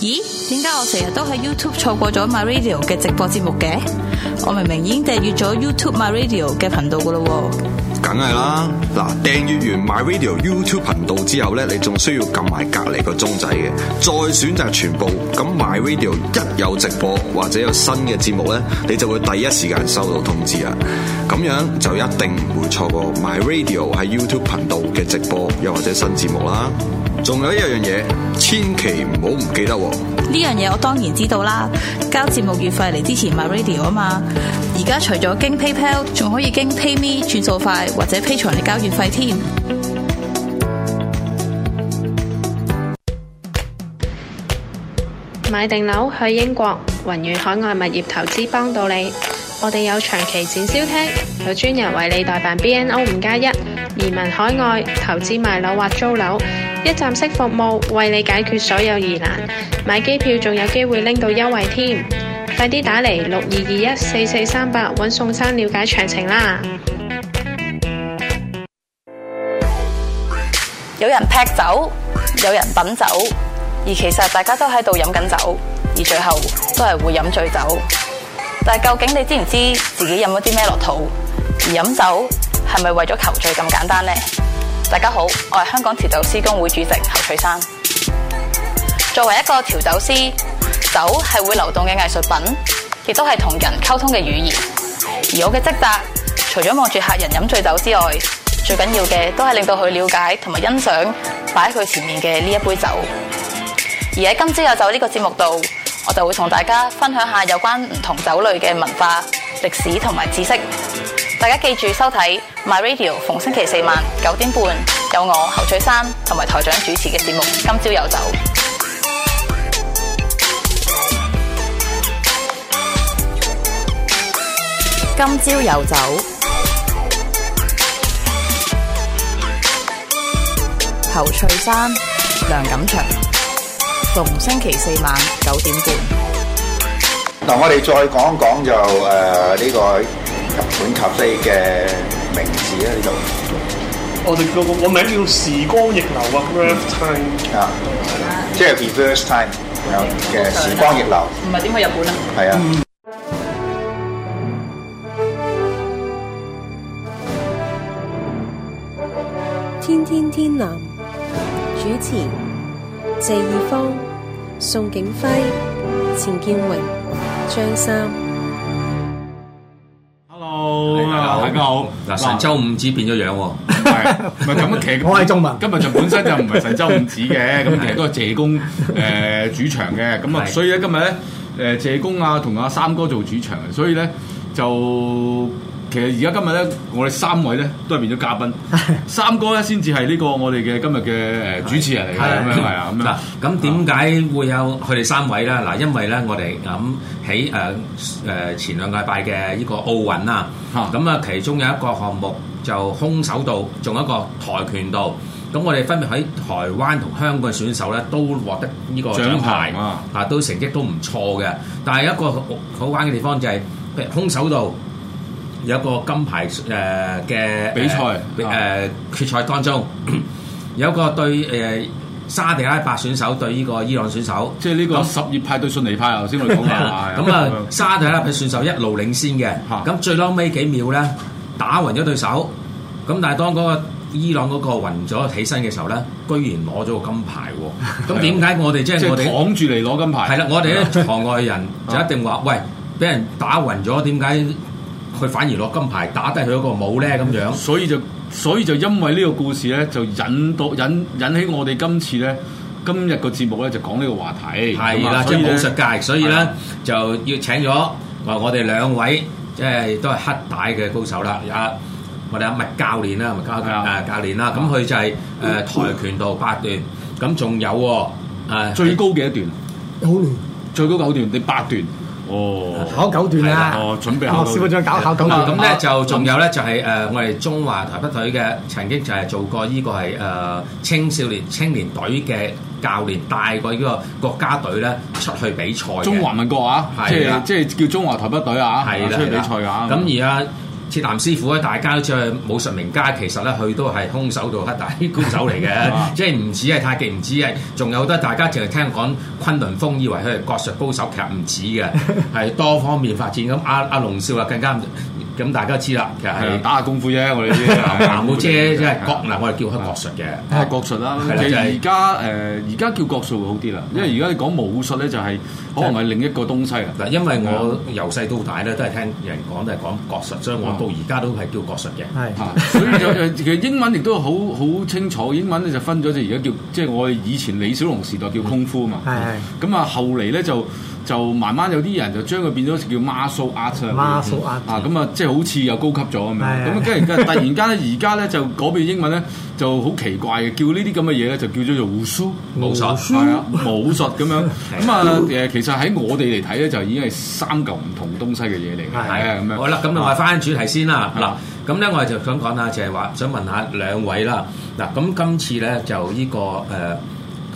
咦？點解我成日都喺 YouTube 錯過咗 My Radio 嘅直播節目嘅？我明明已經訂閱咗 YouTube My Radio 嘅頻道噶咯喎。梗係啦，嗱訂閱完 My Radio YouTube 頻道之後咧，你仲需要撳埋隔離個鐘仔嘅，再選擇全部。咁 My Radio 一有直播或者有新嘅節目咧，你就會第一時間收到通知啦。咁樣就一定唔會錯過 My Radio 喺 YouTube 頻道嘅直播，又或者新節目啦。仲有一樣嘢，千祈唔好唔記得喎。呢樣嘢我當然知道啦，交節目月費嚟之前 My Radio 啊嘛。而家除咗經 PayPal，仲可以經 PayMe 轉數快或者 Patreon 嚟交月費添。買定樓去英國，宏遠海外物業投資幫到你。我哋有長期展銷廳，有專人為你代辦 BNO 五加一移民海外投資賣樓或租樓，一站式服務為你解決所有疑難。買機票仲有機會拎到優惠添，快啲打嚟六二二一四四三八揾宋生了解詳情啦！有人劈酒，有人品酒，而其實大家都喺度飲緊酒，而最後都係會飲醉酒。但係究竟你知唔知自己飲咗啲咩落肚？而飲酒係咪為咗求醉咁簡單呢？大家好，我係香港調酒師工會主席侯翠珊。作為一個調酒師，酒係會流動嘅藝術品，亦都係同人溝通嘅語言。而我嘅職責，除咗望住客人飲醉酒之外，最緊要嘅都係令到佢了解同埋欣賞擺喺佢前面嘅呢一杯酒。而喺今朝有酒呢個節目度，我就會同大家分享下有關唔同酒類嘅文化、歷史同埋知識。大家記住收睇 My Radio，逢星期四晚九點半有我侯翠珊同埋台長主持嘅節目《今朝有酒》。今朝有酒，侯翠珊、梁錦祥，逢星期四晚九點半。嗱，我哋再講一講就誒呢、個日本咖啡嘅名字咧，呢度我哋個個個名叫時光逆流啊 r a f Time。啊，即係 reverse time 啊嘅時光逆流，唔係點去日本啊？係啊。天天天藍主持謝義方、宋景輝、錢建榮、張三。 Hello，大家好嗱，神州五指變咗樣喎，唔係咁其 實我係中文今日就本身就唔係神州五指嘅，咁其實都係謝 公誒主場嘅，咁啊，係所以咧今日咧誒謝公啊同阿三哥做主場，所以咧就其實而家今日咧我哋三位咧都係變咗嘉 賓，三哥咧先至係呢個我哋嘅今日嘅誒主持人嚟嘅，咁樣係啊，咁樣嗱，咁點解會有佢哋三位啦？嗱，因為咧，我哋咁喺誒誒前兩個禮拜嘅呢個奧運啦，嚇咁啊，其中有一個項目就空手道，仲有一個跆拳道。咁我哋分別喺台灣同香港嘅選手咧，都獲得呢個獎獎牌牌啊啊，都成績都唔錯嘅。但係一個好好玩嘅地方就係、譬如空手道有一個金牌誒嘅比賽誒、啊呃決賽當中， 有一個對誒、呃沙地阿拉伯選手對呢個伊朗選手。即係呢個什葉派對遜尼派，頭先我哋講啦， 咁啊，沙特阿拉伯選手一路領先嘅，嚇咁最嬲尾幾秒咧打暈咗對手，咁但係當嗰個伊朗嗰個暈咗起身嘅時候咧，居然攞咗個金牌 喎，咁點解我哋即即係我係哋躺啊住嚟攞金牌，係啦，我哋咧 行外人就一定話喂，俾人打暈咗，點解佢反而攞金牌打低佢嗰個帽咧咁樣？所以就所以就因為呢個故事咧，就引到引引起我哋今次咧今日個節目咧就講呢個話題，係咁啊啦，即所以係咧武術界，所以係咧啊就要請咗話我哋兩位即係都係黑帶嘅高手啦，啊我哋阿麥教練啦，麥教係啊誒教練啦，咁佢就係誒跆拳道八段，咁仲有喎啊誒最高幾多段？好亂，最高九段定八段？哦考九段啦係哦，準備考我九師傅段長搞考九咁啊段。咁咧就仲有咧就係誒我哋中華台北隊嘅曾經就係做過呢個係誒呃青少年青年隊嘅教練，帶過呢個國家隊咧出去比賽嘅。中華民國啊，即係啦係即係叫中華台北隊啊，係啦，出去比賽㗎。咁而家鐵男師傅咧，啊大家都知佢武術名家，其實咧佢都係空手道黑帶高手嚟 啊嘅，即係唔止係太極，唔止係，仲有好多大家淨係聽講昆崙風，以為佢係國術高手，其實唔止嘅，係多方面發展。咁阿阿龍少啊，更加唔咁大家都知啦，其實係係啊打下功夫啫，我哋 啲南武姐即係國國嗱，我哋叫佢國術嘅。係啊國術啦。係其啦就實係而家誒而家叫國術會好啲啦，因為而家你講武術咧就係可能係另一個東西啦。嗱，因為我由細到大咧都係聽人講，都係講國術，所以我到而家都係叫國術嘅。係啊，所以就就其實英文亦都好好清楚，英文咧就分咗就而家叫即係我哋以前李小龍時代叫功夫啊嘛，係係咁啊後嚟咧就就慢慢有啲人就將佢變咗叫 martial art 啊 Martial art 啊咁啊即係好似又高級咗咁樣，呃係係咁跟住 突然間咧而家咧就嗰邊英文咧就好奇怪嘅，叫呢啲咁嘅嘢咧就叫咗做 wushu。武術係啊，武術咁 樣，咁啊誒，其實喺我哋嚟睇咧，就已經係三嚿唔同東西嘅嘢嚟嘅，係啊咁啊樣。好啦，咁我哋翻主題先啦。嗱，咁咧我哋就想講下，就係話想問下兩位啦。嗱，咁今次咧就呢個誒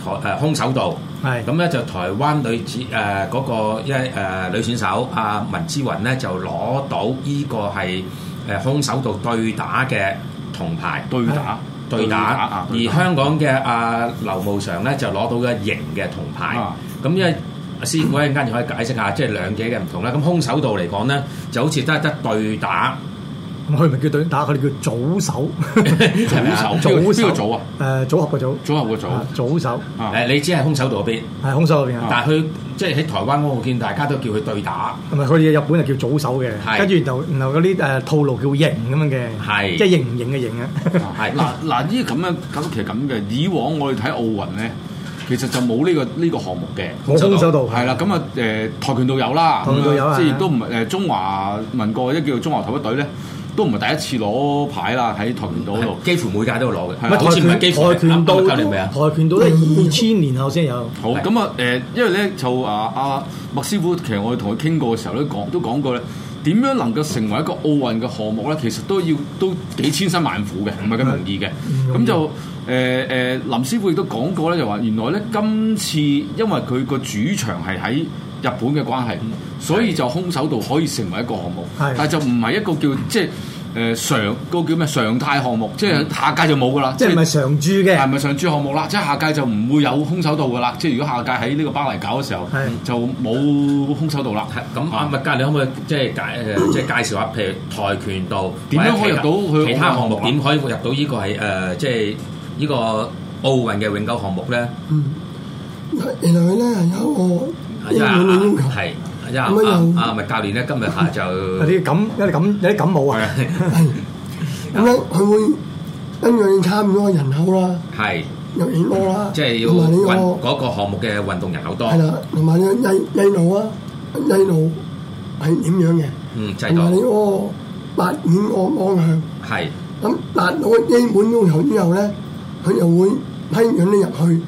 台誒呃空手道，係咁咧就台灣女子誒嗰個一誒女選手阿文之雲咧就攞到呢個係誒空手道對打嘅銅牌。對打啊對打，而對打香港嘅阿劉慕常咧就攞到嘅型嘅銅牌啊。咁因為師傅一陣間就可以解釋下，即係兩者嘅唔同啦。咁空手道嚟講咧，就好似得得 對打，咁佢唔係叫對打，佢哋叫組手。 係咪啊組手組邊個邊手個組啊？誒組合嘅組，組合嘅組啊組手啊誒你只係空手道嗰邊，係空手嗰邊啊。但係佢即係喺台灣我見大家都叫佢對打，同埋佢哋日本係叫組手嘅，係跟住然後然後嗰啲誒套路叫型咁樣嘅，係即係型唔型嘅 型啊。係嗱嗱，呢啲咁樣咁其實咁嘅，以往我哋睇奧運咧，其實就冇呢個呢個項目嘅。冇空手道係啦，咁啊誒跆拳道有啦，跆拳道有啊即係亦都唔係誒中華民國或者叫做中華台北隊咧，都唔係第一次攞牌啦喺跆拳道嗰度。幾乎每屆都有攞係嘅，啊好似唔係幾乎跆拳道，啱啱跆九年未啊？拳道都係二千年後先有。好係咁啊誒，因為咧就啊阿麥師傅，其實我哋同佢傾過嘅時候咧講都講過咧，點樣能夠成為一個奧運嘅項目咧，其實都要都幾千辛萬苦嘅，嗯唔係咁容易嘅。咁就誒誒、呃林師傅亦都講過咧，就話原來咧今次因為佢個主場係喺日本嘅關係，所以就空手道可以成為一個項目，嗯係但係就唔係一個叫即係。誒常嗰個叫咩常態項目，即係下屆就冇噶啦，嗯即係唔係常駐係嘅，咪上珠項目啦？即係下屆就唔會有空手道噶啦。即係如果下屆喺呢個巴黎搞嘅時候係，就冇空手道啦。啊係咁啊阿麥家，你可唔可以即係 介誒即係介紹下，譬如跆拳道點樣可以或者入到去其他其他項目奧運項目啊點可以入到呢個係誒即係呢個奧運嘅永久項目咧？原來咧係有一個因為英文嘅要求，係因為阿咁樣阿麥教練咧今日下就有啲感有啲感有啲感冒啊。咁 咧佢會根據你參與嗰個人口啦，係有幾多啦，即係要同埋你個運嗰個項目嘅運動人口多係，啦，同埋你個制制度啊，制度係點樣嘅，嗯制同埋你度嗰個發展個方向，係咁達到基本要求之後咧，佢就會批准你入去。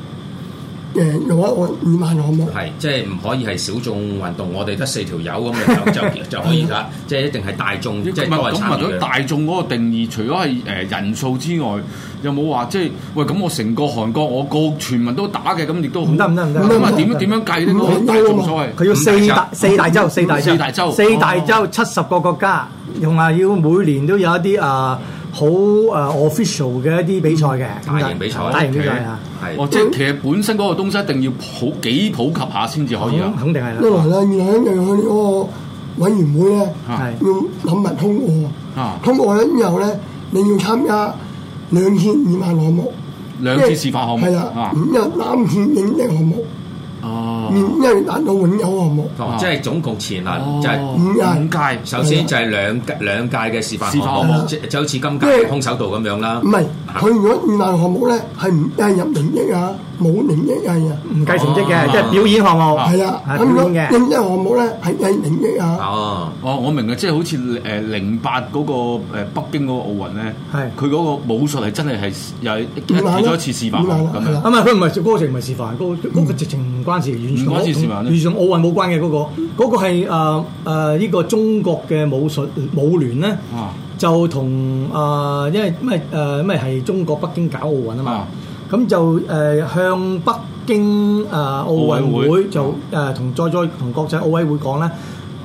誒做一個二萬項目，係即係唔可以係小眾運動，我哋得四條友咁就就就 可以啦，即係一定係大眾，即咁係咪多人咁啊咪參與咗嘅。大眾嗰個定義，除咗係誒人數之外，有冇話即係喂咁我成個韓國我個全民都打嘅，咁亦都好唔得唔得唔得咁啊唔得點唔得點樣計唔呢嗰係個大眾所謂佢要四大四大洲，四大洲，四大洲四大洲七十個國家，同埋要每年都有一啲啊好啊 official 嘅一啲比賽嘅大型比賽大型比賽 OK 啊，係哦，即係其實本身嗰個東西一定要普幾普及下先至可以啊咁。肯定係一啦，來咧，二來咧就佢哋嗰個委員會咧，係要諗埋通過。啊，通過咗之後咧，你要參加兩次二萬項目，兩次示範項目係啊啦，然之後三次影的項目，啊哦然之後達到永久項目，哦即係總共前啊哦就係。五五屆。屆首先就係兩屆兩屆嘅示範示範項項哦目，目即就好似今屆嘅空手道咁樣啦唔。係，佢如果二萬項目咧係唔計入零益啊，冇零益計啊，唔計成績嘅，即係表演項目，係啦。係咁如果表演嘅，影的項目咧係計零益啊，哦，哦，我明啊，即係好似誒零八嗰個誒北京嗰個奧運咧，係佢嗰個武術係真係係有一五萬幾多次示範五萬咁啦，係樣。啦。啊唔係佢唔係嗰個直唔係示範，嗰個嗰個直情唔關事，完全唔關事示範完全同奧運冇關嘅嗰個，嗰個係誒誒呢個中國嘅武術武聯咧。啊，就同啊、因為因為誒，因為係中國北京搞奧運嗯啊嘛啊，咁、就誒、向北京誒、呃、奧奧委運會會就誒同、再再同國際奧委會講咧，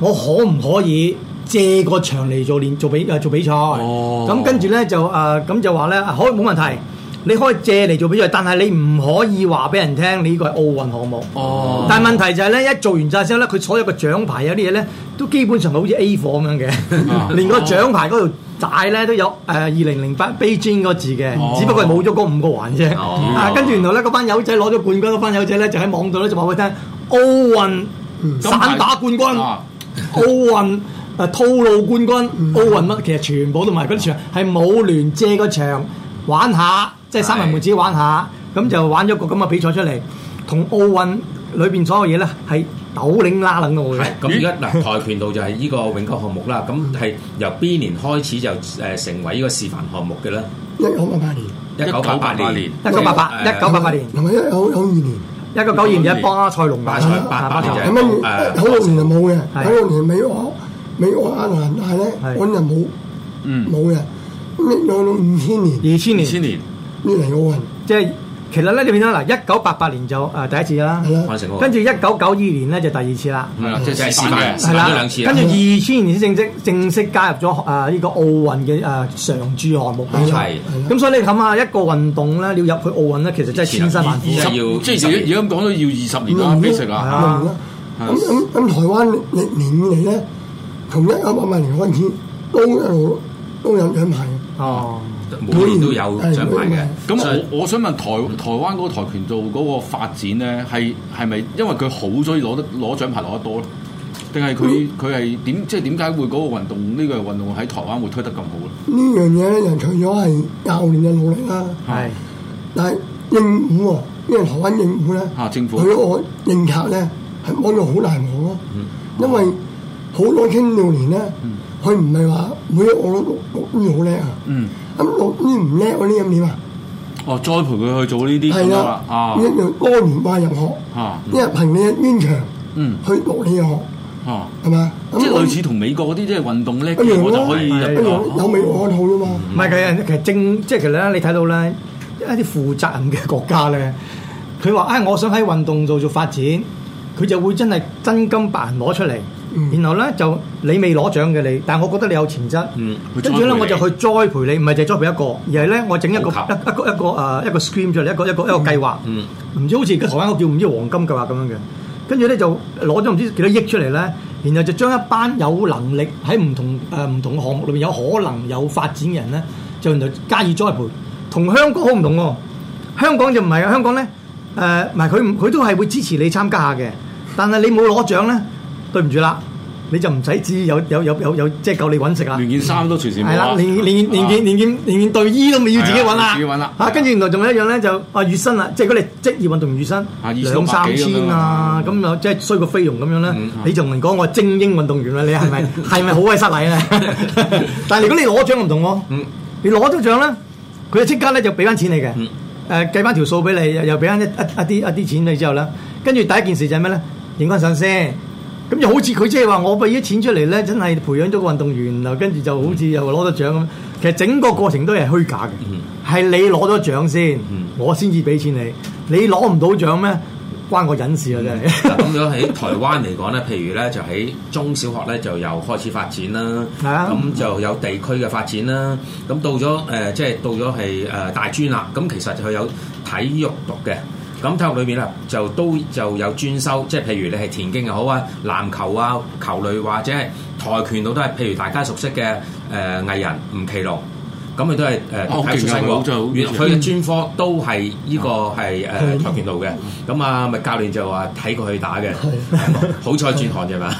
我可唔可以借個場嚟做練做比誒做比賽。哦咁跟住咧就誒咁就話咧，啊好冇問題。你可以借嚟做比賽，但係你唔可以話俾人聽你呢個係奧運項目。哦啊但係問題就係咧，一做完晒之後咧，佢所有嘅獎牌有啲嘢咧，都基本上好似 A 貨咁樣啊嘅，哦 連個獎牌嗰條帶咧都有誒二零零八 Beijing 個字嘅，哦只不過係冇咗嗰五個環啫。哦啊，跟住原來咧嗰班友仔攞咗冠軍，嗰班友仔咧就喺網度咧就話俾佢聽奧嗯運散打冠軍。啊奧運誒套路呃冠軍、奧運乜，其實全部都唔係嗰啲場，係武聯借個場玩下，即係三人門自己玩下，咁就玩咗個咁嘅比賽出嚟，同奧運裏邊所有嘢咧係斗零拉楞嘅喎。咁而家嗱跆拳道就係呢個永久項目啦，咁係由邊年開始就誒成為呢個示範項目嘅咧？一九八八年，一九八八年，一九八八，一九八八年，同埋一九九二年，一九九二年一啊幫阿塞龍八塞八八年呃就咁啊跟住誒九六年就冇嘅，係九六年美國美國亞特蘭大咧，係我就冇嗯冇嘅。咁你兩到五千年，二千年，千年，呢嚟奧運。即係其實咧你變咗嗱，一九八八年就誒第一次啦係啦，成跟住一九九二年咧就第二次啦。嗯係啊啦，即係示嘅範示係範啦咗兩，次啦，啊跟住二千年先正式正式加入咗啊呢個奧運嘅啊常駐項目比賽係。咁所以你諗下一個運動咧，要入去奧運咧，其實真係千辛萬苦。二十要即係而家而家咁講都要二十年啦嗯，basic 係啊，啊，咁咁咁，台灣歷年以嚟咧，從一九八八年開始，都一路都有獎牌嘅。哦，每年都有獎牌嘅。嗯咁啊所以我我想問台台灣嗰個跆拳道嗰個發展咧，係係咪因為佢好所以攞得攞獎牌攞得多咧？定係佢佢係點即係點解會嗰個運動呢、個運動喺台灣會推得咁好咧？呢樣嘢咧，就除咗係教練嘅努力啦，係但係政府喎，因為台灣政府咧，啊政府佢嗰個政策咧係幫到好大忙咯。嗯因為好多青少年咧，佢唔係話每一個都讀讀書好叻啊，嗯，咁讀書唔叻嗰啲咁點啊？哦，栽培佢去做呢啲係咁樣啦啦，啊一樣多元化入學，啊因為憑你嘅專長嗯去讀你嘅學，啊，係嘛？咁即係我哎類似同美國嗰啲即係運動叻一樣嘅，我就可以咯，一入啊樣有美國嗰套啫嘛。唔嗯係嘅，其實正即係其實咧，你睇到咧一啲負責任嘅國家咧，佢話啊，我想喺運動度做發展，佢就會真係真金白銀攞出嚟。然後咧就你未攞獎嘅你，但係我覺得你有潛質，嗯嗯跟住咧我就去栽培你，唔係淨係栽培一個，而係咧我整一個一普及一個一個誒一個 stream 出嚟，一個一個一個計劃。嗯唔知好似而家台灣嗰個叫唔知黃金計劃咁樣嘅，跟住咧就攞咗唔知幾多億出嚟咧，然後就將一班有能力喺唔同誒唔、同嘅項目裏面有可能有發展嘅人咧，就然後加以栽培。同香港好唔同喎、香港就唔係啊，香港咧誒唔係佢唔佢都係會支持你參加下嘅，但係你冇攞獎咧，對唔住啦，你就唔使知有有有有有即係夠你揾食啦。連件衫都隨時冇係啦啊，連連連件連件連件隊醫都咪要自己揾係啊啦，自己揾啦嚇跟住原來仲有一樣咧就啊月薪啦，即係嗰啲職業運動員月薪啊二千兩三千啊，咁又即係衰過菲傭咁樣咧，嗯你就唔能講我係精英運動員啦，你係咪係咪好鬼失禮咧？ 但係如果你攞獎唔同喎，嗯你攞咗獎咧，佢就即刻咧就俾翻錢你嘅，嗯誒呃計翻條數俾你，又又俾翻一一一啲一啲錢你之後咧，跟住第一件事就係咩咧？影翻相先。咁就好似佢即係話我俾啲錢出嚟咧，真係培養咗個運動員，然後跟住就好似又攞咗獎咁。其實整個過程都係虛假嘅，嗯係、你攞咗獎先，嗯我先至俾錢你。你攞唔到獎咩？關我隱事啊！真係。嗯咁樣喺台灣嚟講咧，譬如咧就喺中小學咧就又開始發展啦，係啊咁就有地區嘅發展啦。咁到咗誒、呃即係到咗係誒大專啦。咁其實佢有體育讀嘅。咁體育裏邊啦，就都就有專修，即係譬如你係田徑又好啊，籃球啊、球類或者係跆拳道都係，譬如大家熟悉嘅誒、呃、藝人吳奇隆，咁佢都係哦誒體育出勁身啊好真係好嗯喎。原來佢嘅專科都係呢個係誒跆拳道嘅。咁啊，咪教練就話睇過佢打嘅，好彩轉 行啫嘛。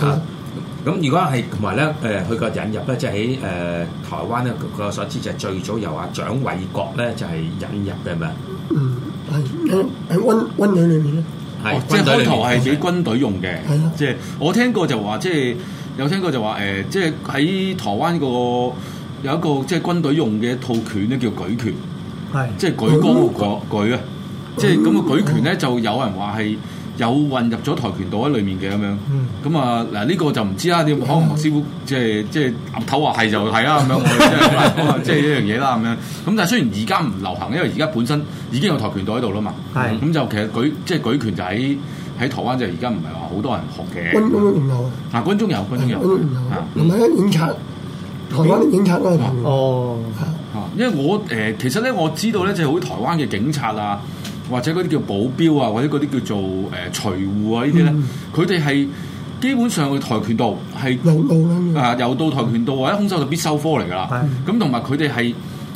啊咁如果係同埋咧，誒佢個引入咧，即係喺誒台灣咧，據我所知就係最早由阿蔣偉國咧就係引入嘅嘛，嗯，係喺喺軍軍隊裏面咧，係哦即係軍隊開裏頭係面俾軍隊用嘅係啊，即係我聽過就話，即係有聽過就話誒、即係喺台灣個有一個即係軍隊用嘅一套拳咧叫舉拳，係即係舉高個舉啊，即係咁個舉拳咧就有人話係有混入咗跆拳道喺裡面嘅咁樣。嗯咁啊嗱，呢個就唔知啦，你可能何師傅即係即係岌頭話係就係啦咁樣，我哋即係即係呢樣嘢啦咁樣。咁但係雖然而家唔流行，因為而家本身已經有跆拳道喺度啦嘛。係咁就其實舉即係舉拳就喺喺台灣就而家唔係話好多人學嘅。軍中都仲有啊，啊，軍中有，軍中有軍中仲有啊啊，同埋啲警察，台灣啲警察都係同嗯哦，啊，因為我誒、呃其實咧我知道咧，就係好似台灣嘅警察啊，或者嗰啲叫保鏢啊，或者嗰啲叫做誒、呃、隨護啊呢啲咧，佢哋係基本上去跆拳道係柔道啦，啊柔道、跆拳道或者空手就必修科嚟㗎啦。咁同埋佢哋係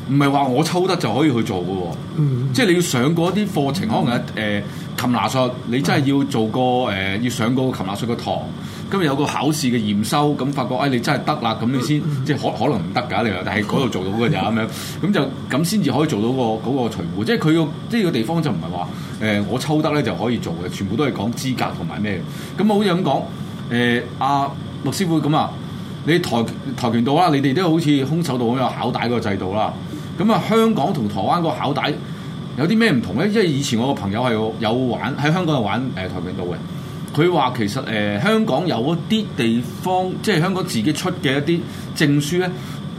唔係話我抽得就可以去做嘅喎？嗯，即係你要上過一啲課程，可能係誒擒拿術，你真係要做個誒、呃要上過擒拿術個堂，今日有個考試嘅驗收，咁發覺誒、哎你真係得啦，咁你先即係可可能唔得㗎，你話但係嗰度做到㗎咋咁樣，咁就咁先至可以做到、個嗰、個除戶，即係佢個即係個地方就唔係話誒我抽得咧就可以做嘅，全部都係講資格同埋咩，咁好似咁講誒阿陸師傅咁啊。你跆跆拳道啦，啊你哋都好似空手道咁有考帶個制度啦。咁啊，香港同台灣個考帶有啲咩唔同咧？因為以前我個朋友係有有玩喺香港有玩誒、呃、跆拳道嘅，佢話其實誒、呃香港有一啲地方，即係香港自己出嘅一啲證書咧，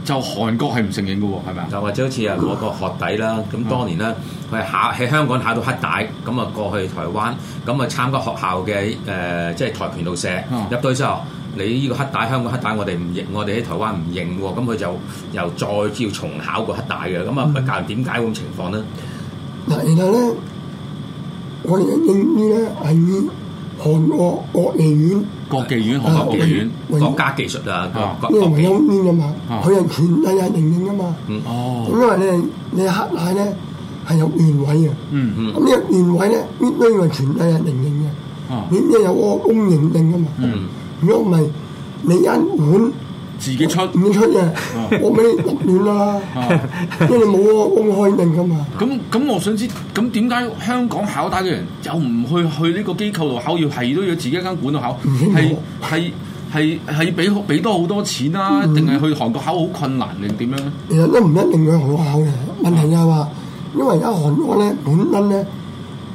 就韓國係唔承認嘅喎，係咪啊？就或者好似啊攞個學底啦，咁當年咧佢係考喺香港考到黑帶，咁啊過去台灣，咁啊參加學校嘅誒、呃即係跆拳道社啊嗯入到去之後。你呢個黑帶，香港黑帶我哋唔認，我哋喺台灣唔認喎，咁佢就又再要重考個黑帶嘅，咁啊嗯咪教人點解會咁情況咧？嗱，然後咧，我哋嘅英語咧係韓國國技院國技院、哦韓國國技院，嗯國家技術啊，啊國呢個國唯技有練噶嘛啊，佢係全世界認定噶嘛，咁哦，因為你你黑帶咧係有段位嘅，嗯嗯，咁呢個段位咧必須要係全世界認定嘅。啊，你你有個公認定噶嘛？嗯如果唔係，你一碗自己出，哦唔出嘅，嗯我俾你立亂啦，因為你冇個公開定噶嘛。咁咁，我想知咁點解香港考帶嘅人又唔去去呢個機構度考，要係都要自己一間館度考，嗯係係係係俾俾多好多錢啦、啊，定係去韓國考好困難定點樣咧？其實都唔一定佢好考嘅，問題就係話，因為而家韓國咧本身咧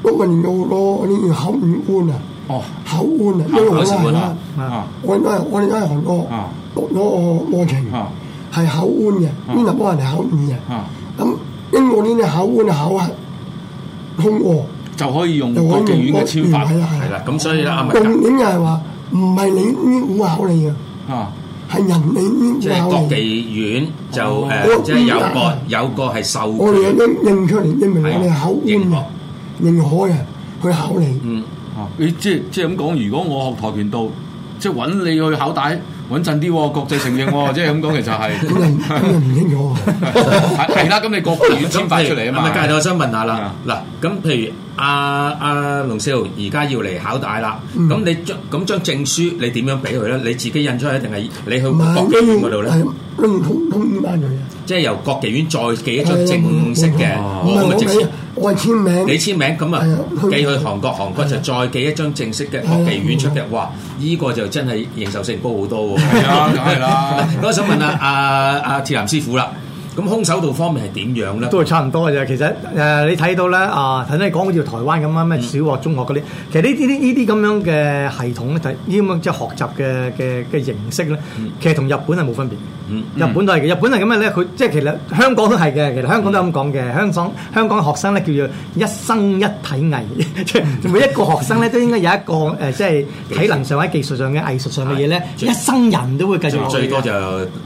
都訓練咗好多呢啲考五 à, 官啊、哦，考官啊，考一路考都試係官 à? 啦啊。啊我哋都係我哋都係韓國啊讀咗個過程啊係考官嘅，邊度幫人哋考五嘅？啊，咁英國呢啲考官考核通過。就可以用就國可技以院用嘅簽法係啦係係啦啦。，咁所以咧阿麥格重點就係話，唔係你呢股考你嘅，啊，係人你即呢係股國考你。技院就誒、哦即係有嗯個有個係受我哋權一認出嚟，證明我哋考認官嘅，認可嘅，去考你。嗯。啊你即係即係咁講，如果我學跆拳道，即係揾你去考帶，穩陣啲喎，國際承認喎，即係咁講，其實咁係人咁人唔清楚係係啦，咁你國技院簽法出嚟啊哦咁譬嘛如阿麥介，我想問下啦啊，嗱，咁譬如阿阿龍少而家要嚟考大啦，嗯咁你將咁張證書你點樣俾佢咧？你自己印出去定係你去唔國係技院嗰都度要咧？係啊都要通通知翻佢嘅。即係由國技院再寄一張係啊正式嘅唔我係我咁嘅證書俾，，我係簽名。你簽名咁啊係啊，啊寄去韓國，韓國就再寄一張正式嘅國技院出嘅，哇！依個就真係認受性高好多喎。係啊，梗係啦。 咁我想問下阿阿鐵男師傅啦，咁空手道方面係點樣咧？都係差唔多嘅啫。其實誒、呃你睇到咧啊，頭先你講好似台灣咁啊，咩小學、中學嗰啲，其實呢啲呢啲咁樣嘅系統咧，就呢啲咁樣即係學習嘅嘅嘅形式咧，其實同日本係冇分別嘅。嗯日本都係嘅，日本係咁嘅咧，佢即係其實香港都係嘅，其實香港都係咁講嘅。香港香港學生咧叫做一生一體藝， 即係每一個學生咧都應該有一個誒、呃即係體能上或者技術上嘅藝術上嘅嘢咧，係一生人都會繼續最落去嘅最多就誒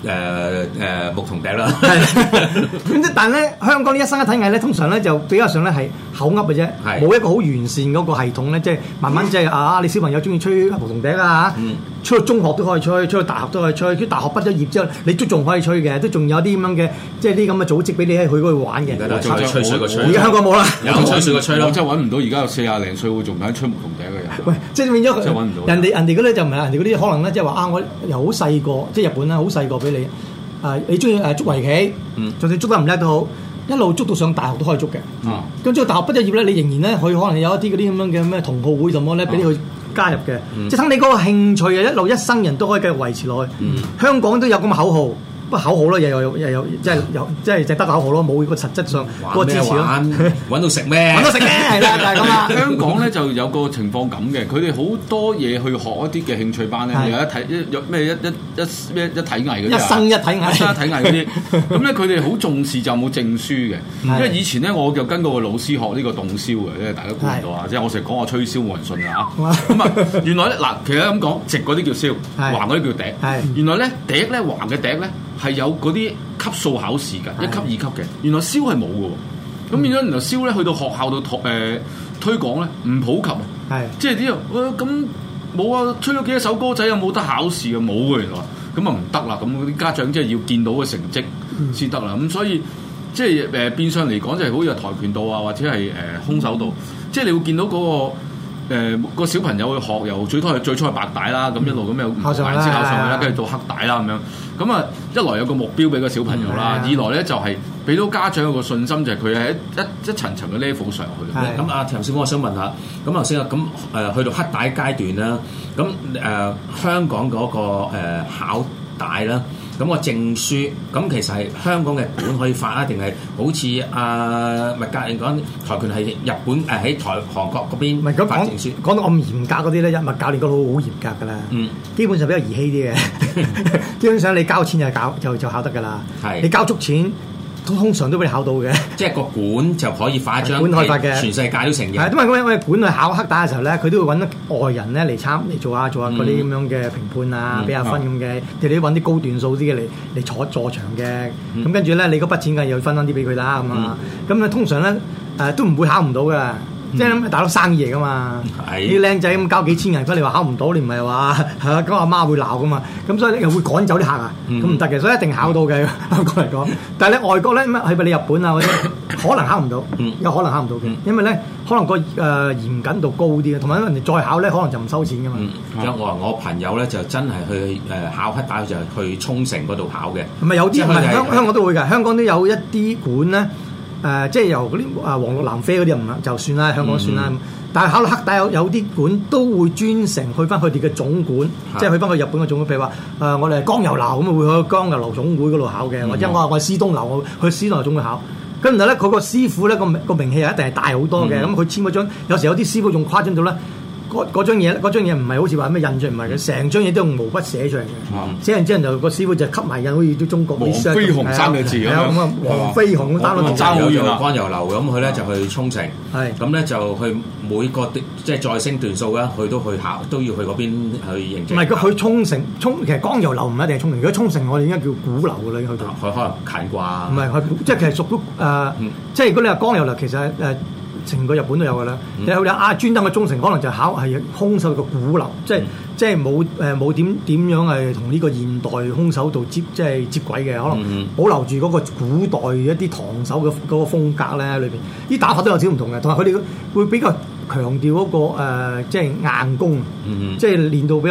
誒牧童笛啦，咁即但係咧，香港呢一生一體藝咧，通常咧就比較上咧係口噏嘅啫，係冇一個好完善嗰個系統咧，即係慢 慢即係啊，你小朋友中意吹胡同笛啊嗯，出去中學都可以吹，出去大學都可以吹，跟住大學畢咗業之後，你都仲可以吹嘅，都仲有啲咁樣嘅，即係啲咁嘅組織俾你喺佢嗰度玩嘅。而家都係仲吹吹水我個而吹家，香港冇啦，有吹水個吹我咯，真係揾唔到而家有四廿零歲會仲喺吹牧童笛嘅人。喂，即係變咗即係揾唔到人哋人哋嗰啲就唔係人哋嗰啲可能咧，即係話啊，我又好細個，即係日本啦，好細個俾你啊，你中意誒捉圍棋，嗯就算捉得唔叻都好，一路捉到上大學都可以捉嘅。啊，咁之後大學畢咗業咧，你仍然咧，佢可能有一啲嗰啲咁樣嘅咩同好會什麼咧，俾你去加入嘅，即係等你嗰個興趣啊，一路一生人都可以繼續維持落去。香港都有咁嘅口號，不過口號咯，又有又有即係有即係淨得口號咯，冇個實質上嗰個支持咯。玩 揾到食咩？搵到食咩係啦就係咁 啦 香港咧就有個情況咁嘅，佢哋好多嘢去學一啲嘅興趣班咧，係有一睇一有咩一一一咩一體藝嗰啲啊一生一體藝一生一體藝嗰 啲。咁咧佢哋好重視就有冇證書嘅，因係為以前咧我就跟過個老師學呢個洞簫嘅，因為大家估唔到啊，即係我成日講我吹簫冇人信㗎 嚇。咁啊，原來咧嗱，其實咁講，直嗰啲叫簫，係橫嗰啲叫笛。係原來咧笛咧橫嘅笛咧係有嗰啲級數考試㗎，一級二級嘅。原來簫係冇嘅喎。咁變咗原來燒咧去到學校度托誒推廣咧唔普及啊，係即係啲人呃咁冇啊，吹咗幾多首歌仔有冇得考試啊？冇嘅原來，咁啊唔得啦，咁啲家長即係要見到嘅成績嗯先得啦，咁所以即係誒變相嚟講就係好似係跆拳道啊，或者係誒、呃空手道，即係你會見到嗰、個。誒、個小朋友去學，由最初係最初係白帶啦，咁一路咁又唔向顏色嗯上啦考上去係啦啊，跟住到黑帶啦咁樣。咁啊，一來有個目標俾個小朋友啦，嗯係啊二來咧就係俾到家長有個信心，就係佢係一一一層層嘅 level 上去。係咁啊，頭先我想問下，咁頭先啊，咁誒去到黑帶階段啦，咁誒、呃香港嗰、個、呃、考帶啦，咁個證書，咁其實係香港嘅本可以發啊，定係好似阿麥格人講跆拳係日本誒喺台韓國嗰唔係邊咁發講證書？講到咁嚴格嗰啲咧，一物教練嗰度好嚴格㗎啦。嗯，基本上比較兒戲 啲嘅，基本上你交錢就搞就就考得㗎啦。係你交足錢，通通常都俾你考到嘅。即係個館就可以發一張，館可以發嘅全世界都承係，認。因為因為管去考黑帶嘅時候咧，佢都會揾外人咧嚟參嚟做下做下嗰啲咁樣嘅評判啊，嗯俾下分咁嘅，你哋都揾啲高段數啲嘅嚟嚟坐坐場嘅。咁跟住咧，你嗰筆錢梗係要分翻啲俾佢啦，咁啊，咁啊通常咧誒都唔會考唔到㗎。即係大佬生意嚟噶嘛，係啲僆仔咁交幾千銀翻嚟話考唔到，你唔 係話咁阿媽會鬧噶嘛，咁所以咧又會趕走啲客啊，嗯咁唔得嘅，所以一定考到嘅香港嚟講。但係咧外國咧，咁啊去到你日本啊嗰啲，可能考唔到嗯，有可能考唔到嘅嗯，因為咧可能個誒嚴謹度高啲嘅，啊同埋因為人哋再考咧可能就唔收錢噶嘛。嗯，因為我我朋友咧就真係去誒考黑帶，就係去沖繩嗰度考嘅。唔係有即啲係唔佢哋係係香香港都會㗎，香港都有一啲館咧，誒、即係由嗰啲啊黃綠藍啡嗰啲唔就算嗯啦，香港算啦。但係考到黑帶有有啲館都會專程去翻佢哋嘅總館，即係去翻佢日本嘅總館，譬如話誒、呃我哋係江油樓咁啊，會去江油樓總會嗰度考嘅，或者我話我係師東樓，我去師東樓總會考。咁然後咧，佢個師傅咧個名個名氣係一定係大好多嘅。咁佢、簽嗰張，有時有啲師傅仲誇張到咧，嗰嗰張嘢嗰張嘢唔係好似話咩印出唔係嘅，成張嘢都用毛筆寫出嚟嘅。嗯寫完之後就個師傅就吸埋印，好似啲中國黃 research 飛咁鴻三個字係咁啊樣咁啊，黃飛鴻咁單我個我字爭好有遠啊做啦乾油流咁，佢咧就去沖繩，係咁咧就去每個段即係再升段數啦，佢都去考，都要去嗰邊去認證。唔係佢去沖繩，沖其實江油樓唔一定係沖繩，如果沖繩我哋應該叫鼓樓噶啦，已經去到。佢可能近啩，唔係佢即係其實屬於誒，呃嗯即係如果你話江油啦，其實誒成個日本都有㗎啦。嗯你有啲啊專登嘅忠誠，可能就考係空手嘅鼓流，即係嗯即係冇誒冇點點樣係同呢個現代空手道接即係接軌嘅，可能嗯保留住嗰個古代一啲唐手嘅嗰個風格咧裏邊，啲打法都有少少唔同嘅，同埋佢哋會比較強調嗰個呃即係硬功，嗯即係練到比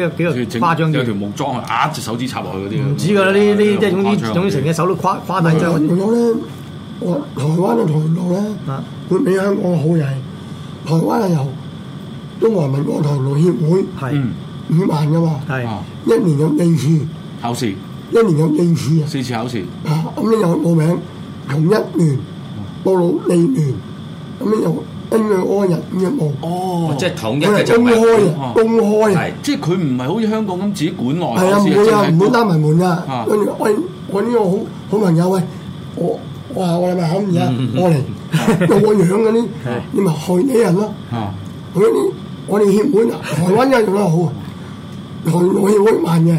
較比較比跟住較誇張整有啲條。木樁去壓隻手指插落去嗰啲。唔止㗎啦，呢呢即係總好誇之張啊總之成隻手都跨跨大張我。見到咧，我台灣嘅跆拳道咧啊，會比香港好嘅係，台灣係由中華民國跆拳道協會係嗯五萬噶嘛，係啊一年有四次，一考試年有四次啊！四次考試，À, 啊，咁你又報名，同一聯報老地聯，咁你又跟佢安日咁樣報，哦即係統一佢嘅係公就唔開係啊哦，公開啊係，即係佢唔係好似香港咁自己管內考係啊，唔試，會啊，真係唔會閂埋門噶啊。跟住喂，我呢個好好朋友喂，我我話我禮拜考唔啊，我嚟，有我樣嗰啲，你咪害你人咯。啊佢啲我哋協會啊，台灣又做得好啊，台灣協會慢嘅，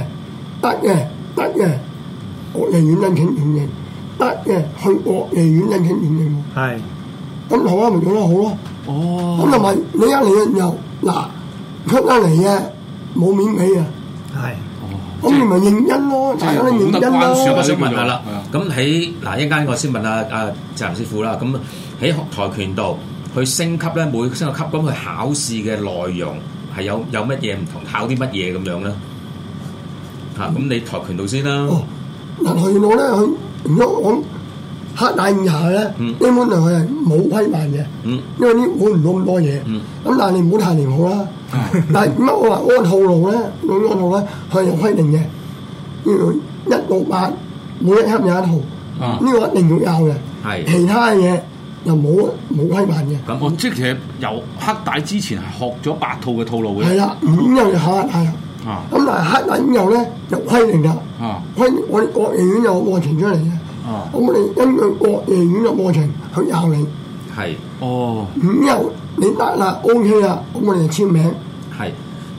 得嘅，得嘅，國利院申請認認，得嘅，去國利院申請認認。係。咁台灣咪做得好咯。哦，咁同埋你一嚟嘅時候，嗱，出得嚟嘅冇面俾啊，係咁你咪認真咯，即係大家都認真管得關事咯啊。我想問下啦係啊，咁喺嗱一陣間我先問下阿謝林師傅啦，咁喺跆拳道去升級咧，每升個級咁佢考試嘅內容係有有乜嘢唔同，考啲乜嘢咁樣咧？嚇，咁你跆拳道先啦，哦，嗱，去到咧，佢如果講黑帶以下咧，嗯基本上佢係冇規範嘅，嗯因為啲管唔到咁多嘢。嗯咁但係你唔好太離譜啦。但係點解我話安套路咧？老安套咧，佢係有規定嘅，要一到八，每一刻有一號，啊呢、個一定要有嘅。係其他嘢就冇冇規範嘅。咁哦我即係其實由黑帶之前係學咗八套嘅套路嘅。係啦，五又要考核係啦。啊咁但係黑底五又咧就規定啦，啊規定我哋國營院有個過程出嚟嘅。啊咁我哋根據國營院嘅過程去教你。係。哦，五又你得啦，OK 啦，咁我哋就簽名。係。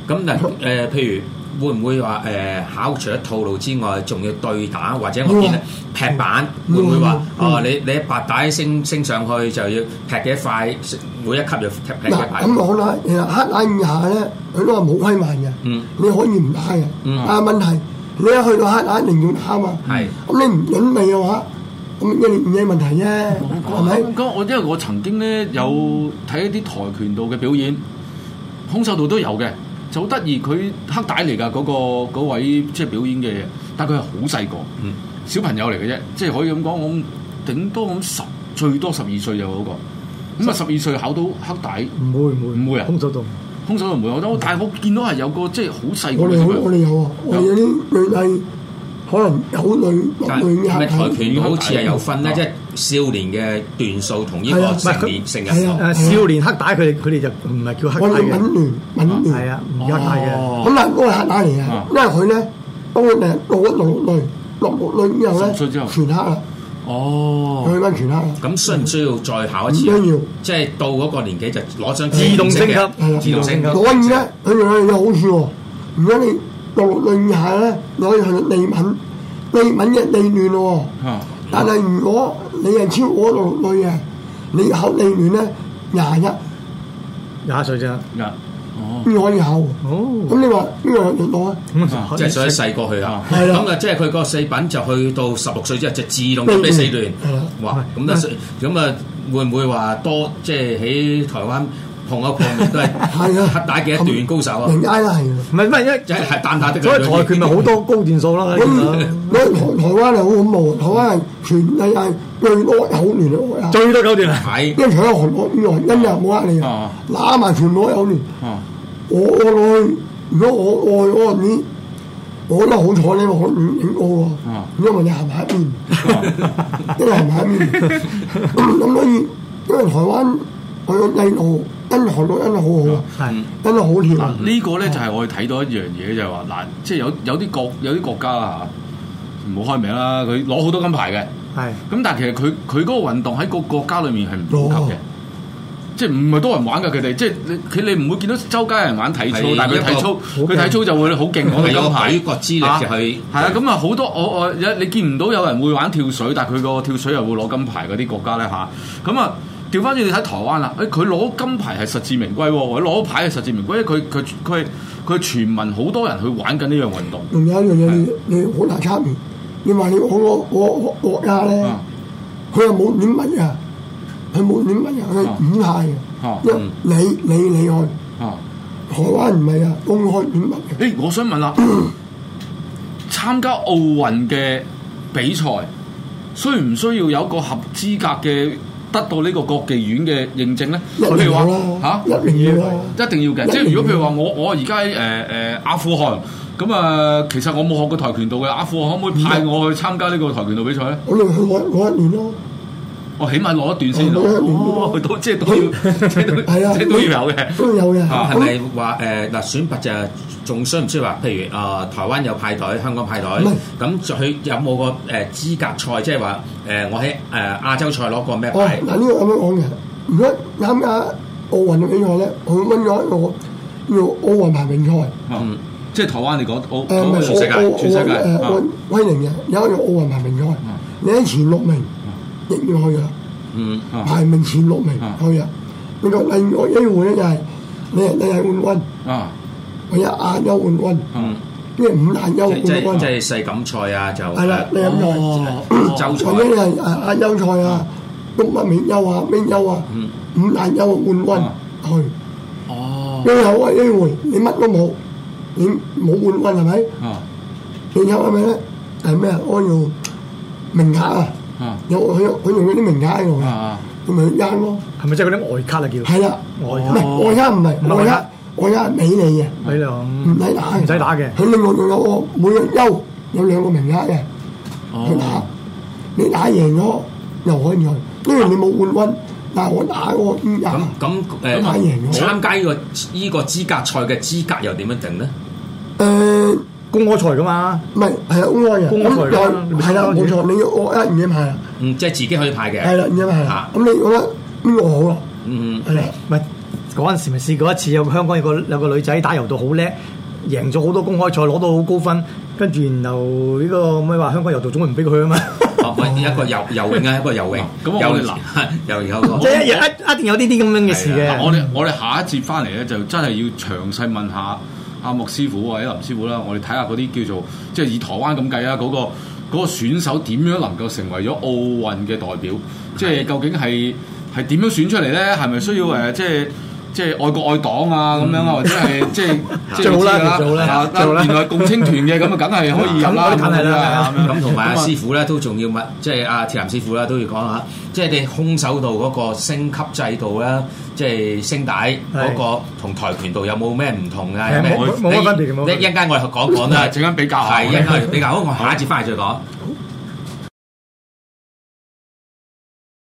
咁但誒，譬如會唔會話誒考除咗套路之外，仲要對打或者我嗯見咧劈板，會唔會話哦？你你白帶升升上去就要劈幾塊，每一級就劈劈幾嗱塊咁。講啦，其實黑帶五下咧，佢都係冇規範嘅。嗯你可以唔打嘅，嗯但係問題你一去到黑帶一定要打嘛。係咁你唔準備嘅話，咁一定有問題啫，係咪？咁我因為我曾經咧有睇一啲跆拳道嘅表演，空手道都有嘅，就好得意。佢黑帶嚟㗎嗰個嗰位即係表演嘅嘢，但係佢係好細個，嗯小朋友嚟嘅啫，即係可以咁講，我諗頂多咁十最多十二歲就嗰、個，咁啊十二歲考到黑帶唔會唔會唔會啊空手道。空手道唔會，我覺得，但係我見到係有個即係好細個我嘅哋小好，朋我友哦哋有啊，我哋有啲女仔可能有女但六女係嘅咪黑跆帶，拳道好似係有分咧？即係少年嘅段數同呢哦係個啊成年成人數係啊誒少年黑帶佢哋佢哋就唔係叫我黑哋帶敏嘅，聯敏係聯，啊，唔叫黑帶嘅。咁但係嗰個黑帶嚟嘅啊，因為佢咧當佢哋六六六女，六六女之後咧十歲之後全黑啦，哦佢翻全黑啦，咁需唔需要再考一唔次需啊？要。即係到嗰個年紀就攞張自動升級係啦，啊自動升級。所以咧，佢哋有好處喎。如果你六六女以下咧，你可以去到地敏，地敏嘅地亂咯喎。啊但係如果你係超過六六女嘅，你考地亂咧廿一。廿歲咋？呀哦邊可以考喎？哦咁你話邊個有攞啊？咁即係所以細個去哦啦，係啦咁啊，即係佢個四品就去到十六歲之後就自動準備四段嗯係啦，哇！咁啊，咁啊，會唔會話多即係喺台灣碰一碰面都係係啊，嗯黑帶幾多段高手啊？人家都係喎。唔係唔係，因為即係單打得所以跆拳咪好多高段數啦。咁你台台灣係好恐怖，台灣係全世界最多有聯嘅國家，最多九段啊！係因為除咗韓國以外，因日冇呃你啊 啊，揦埋全部都有聯。啊我我落去，如果我我去嗰邊，我覺得好彩咧，我影影到啊喎，因為你行埋一邊，因為行埋一邊，咁所以因為台灣佢個制度跟韓國真係好好啊。係真係好甜啊！呢個咧就係我哋睇到一樣嘢，就係話嗱，即係有有啲國有啲國家啊，唔好開名啦，佢攞好多金牌嘅，係咁但係其實佢佢嗰個運動喺個國家裏面係唔普及嘅哦。即係唔係多人玩㗎？佢哋即係你佢哋唔會見到周街有人玩體操係，但係佢體操佢體操就會好勁，我哋我哋有金牌舉國之力啊就去係啊，咁啊好多我我有你見唔到有人會玩跳水，但係佢個跳水又會攞金牌嗰啲國家咧吓，咁啊調翻轉你睇台灣啊啦，誒佢攞金牌係實至名歸喎，或者攞牌係實至名歸，因為佢佢佢佢全民好多人去玩緊呢樣運動。仲有一樣嘢，你你好難參與。你話你我我我我國家咧啊，佢又冇點乜啊，佢冇點乜啊，佢啊五下嘅啊，一你你你去，啊！台灣唔係啊，公開點乜嘅，誒、我想問 啦，參加奧運嘅比賽，需唔需要有一個合資格嘅得到呢個國技院嘅認證咧？一 Dạ 譬定如要話啦，嚇。一定要啦，一定要嘅，即係如果譬如話我我而家誒誒阿富汗咁啊，其實我冇學過跆拳道嘅，阿富汗可唔可以派我去參加呢個跆拳道比賽咧？我哋去攞攞一年咯，我起碼攞一段先，攞一段哦， 都即係都要，即係都係啊，即係都要有嘅，都有嘅。啊，係咁咪話誒嗱選拔就仲需唔需要話？譬如啊、台灣有派隊，香港派隊唔，咁佢有冇個誒資格賽？即係話誒，我喺誒亞洲賽攞過咩哦牌，？嗱呢個咁樣講嘅，如果參加奧運嘅比賽咧，佢揾咗一個叫奧運排名賽。嗯即係台灣你講誒唔係奧奧奧我 Ờ, 我全世界全世界誒啊奧威靈嘅，有一個奧運排名賽，你喺前六名亦要去噶，嗯，啊排名前六名啊去啊。你個另外機會咧就係你係你係冠軍，啊或者亞洲冠軍，嗯即係五亞洲即即冠即軍，係世錦賽啊，就係啦，你誒咁哦就洲賽或者你係亞亞洲賽嗯啊、東北美洲啊、美洲啊、五亞洲冠啊軍去。哦你有啊機會，你乜都冇，你冇冠軍係咪？啊你有係咪咧？係咩啊？我用名額啊！啊有佢佢用嗰啲名額喺度嘅，啊佢咪去啱咯。係咪即係嗰啲外卡啊叫？係啦，外唔係外家唔唔係係外外家家，外家係俾你嘅，你兩唔使打嘅，唔使打嘅佢另外仲有個每日休，有兩個名額嘅去打，你打贏咗又可以去，因為你冇冠軍，但係我打我依家咁咁誒，打贏咗參加呢個呢個資格賽嘅資格又點樣定咧？誒。公開賽㗎嘛，唔係係啦，公安嘅，公安咁隊又㗎係啦，冇錯，你要我一唔一派啦，嗯，即係自己可以派嘅。係啦，唔一派啦啊，咁你覺得邊個好啦？嗯，係啦，咪嗰陣時咪試過一次，有個香港有個有個女仔打柔道好叻，贏咗好多公開賽，攞到好高分，跟住然後呢個咩話香港柔道總會唔俾佢去啊嘛，哦，喂一個游游泳啊，一個游泳，咁我游哋嗱游有個即係一一一定有呢啲咁樣嘅事係啊嗱，嘅。我哋我哋下一節翻嚟咧，就真係要詳細問下阿莫師傅或者林師傅啦，我哋睇下嗰啲叫做即係以台灣咁計啊，嗰、個嗰、個選手點樣能夠成為咗奧運嘅代表？即係究竟係係點樣選出嚟咧？係咪需要誒、嗯即係？即係愛國愛黨啊咁樣啊，或者係即 係即係最好啦知㗎最好啦啊最好啦原來共青團嘅咁啊，梗係可以入啦，咁梗係啦咁樣咁同埋阿咁啊師傅咧都仲要問，即係阿鐵男師傅啦都要講下，即係你空手道嗰個升級制度啦，即係升帶嗰個同跆拳道有冇咩唔同啊？係有冇冇乜分別嘅冇乜分別你一陣間我哋講講係 啦，陣間比較下係一陣間我哋比較好，我下一節翻嚟再講。